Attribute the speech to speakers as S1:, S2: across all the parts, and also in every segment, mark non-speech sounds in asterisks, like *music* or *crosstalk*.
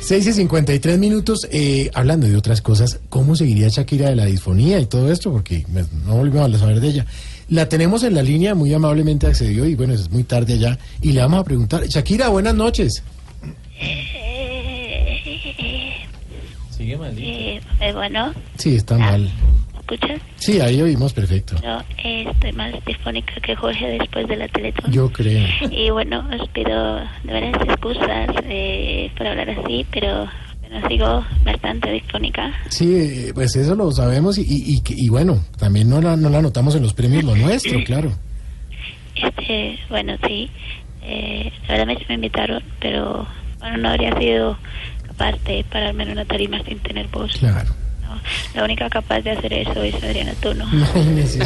S1: 6 y 53 minutos, eh, hablando de otras cosas, ¿cómo seguiría Shakira de la disfonía y todo esto? Porque me- no volvimos a saber de ella. La tenemos en la línea, muy amablemente accedió y bueno, es muy tarde allá. Y le vamos a preguntar, Shakira, buenas noches.
S2: Eh,
S3: Sigue maldito.
S2: eh, bueno,
S1: Sí, está mal.
S2: ¿me escuchas?
S1: Sí, ahí oímos perfecto.
S2: Yo eh, estoy más difónica que Jorge después de la Teletón.
S1: Yo creo.
S2: Y bueno, os pido de veras excusas eh, por hablar así, pero bueno, sigo bastante difónica.
S1: Sí, eh, pues eso lo sabemos y, y- y que- y bueno, también no la, no la notamos en los premios, lo nuestro, claro.
S2: Este, bueno, sí, eh, la verdad me, me invitaron, pero bueno, no habría sido capaz de pararme en una tarima sin tener voz.
S1: Claro.
S2: ¿no? La única capaz de hacer eso es Adriana Tuno.
S1: No, insisto.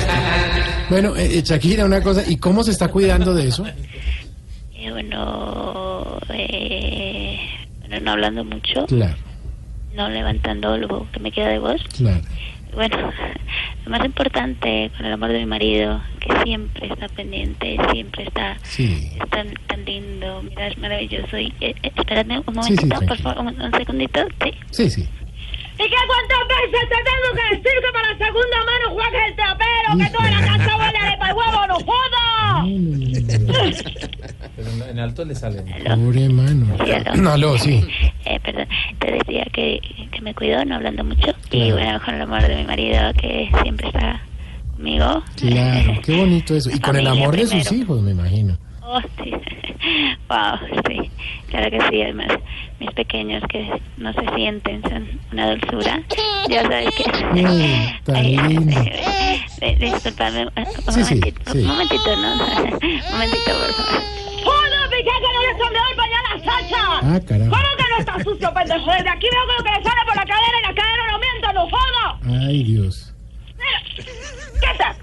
S1: bueno, eh, eh, Shakira, una cosa, ¿y cómo se está cuidando de eso?
S2: Eh, bueno, eh, bueno, no hablando mucho.
S1: Claro,
S2: no levantando lo que me queda de voz.
S1: claro.
S2: Bueno, *laughs* lo más importante con el amor de mi marido, que siempre está pendiente, siempre está
S1: Sí.
S2: es tan, tan lindo, mira, es maravilloso. Y, eh, eh, espérate un
S1: Sí, sí,
S2: momentito, por
S1: tranquilo.
S2: favor, un, un segundito. Sí.
S1: Sí, sí.
S4: ¿Y que cuántas veces te tengo que decir que para segunda mano juegues el trapero? ¡Que toda la casa huele a arepa y huevo, no jodas!
S3: Pero en- en alto le salen.
S2: Aló.
S1: Pobre mano.
S2: Sí, aló.
S1: No, aló, sí.
S2: Eh, perdón, te decía que, que me cuidó, no hablando mucho. Y bueno, con el amor de mi marido, que siempre está conmigo. *laughs*
S1: Claro, qué bonito eso. Y con el
S2: Familia
S1: amor de sus
S2: primero.
S1: hijos, me imagino.
S2: Oh, sí. *laughs* Wow, sí. Claro que sí, además, mis pequeños que no se sienten son una dulzura. Yo sabes que. *laughs*
S1: Ay, tan
S2: Ay,
S1: lindo.
S2: eh, eh, disculpadme, eh, un
S1: Sí, sí,
S2: momentito,
S1: sí.
S2: un momentito, ¿no? *laughs* un momentito, por favor.
S4: ¡Joda, piqué que no le salió el pañal a Sacha!
S1: Ah, caramba.
S4: ¿Cómo que no está sucio, pendejo? De aquí veo que lo que le sale por la cadera y la cadera no miente, no joda.
S1: Ay, Dios.
S4: ¿Qué está?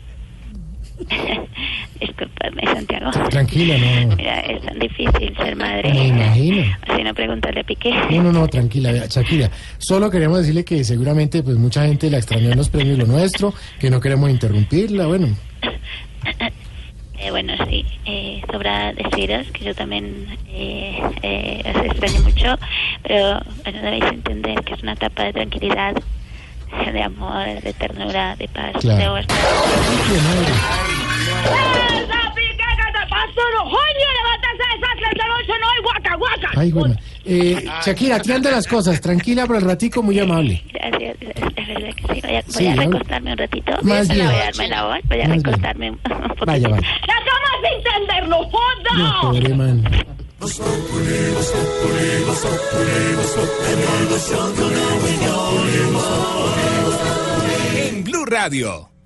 S2: Disculpadme, Santiago.
S1: Tranquila, no.
S2: Mira, es tan difícil ser madre.
S1: Me imagino.
S2: Si no preguntarle a Piqué.
S1: No, no, no, tranquila, vea, Shakira. Solo queremos decirle que seguramente pues mucha gente la extrañó en los premios lo nuestro, que no queremos interrumpirla, bueno.
S2: Eh, bueno, sí, eh, sobra deciros que yo también eh, eh, os extraño mucho, pero bueno, debéis entender que es una etapa de tranquilidad, de amor, de ternura, de paz, de
S1: Claro.
S2: huerta.
S1: Qué madre.
S4: ¡Esa piqué que te pasó, no joño! ¡Levanta ese desastre esta noche, no hay guaca, guaca!
S1: Ay, bueno. Eh, Shakira, atiende las cosas, tranquila por el ratico, muy amable.
S2: Gracias, es verdad que sí. Voy a, voy
S1: Sí,
S2: a
S1: ¿no?
S2: recostarme un ratito.
S1: Más
S2: voy
S1: bien.
S2: a darme la voz, voy
S1: Más
S2: a
S1: bien.
S2: recostarme un poquito.
S1: Vaya, vaya.
S4: ¡La cama sin entender, no joda!
S1: No, pobre man.
S5: En Blue Radio.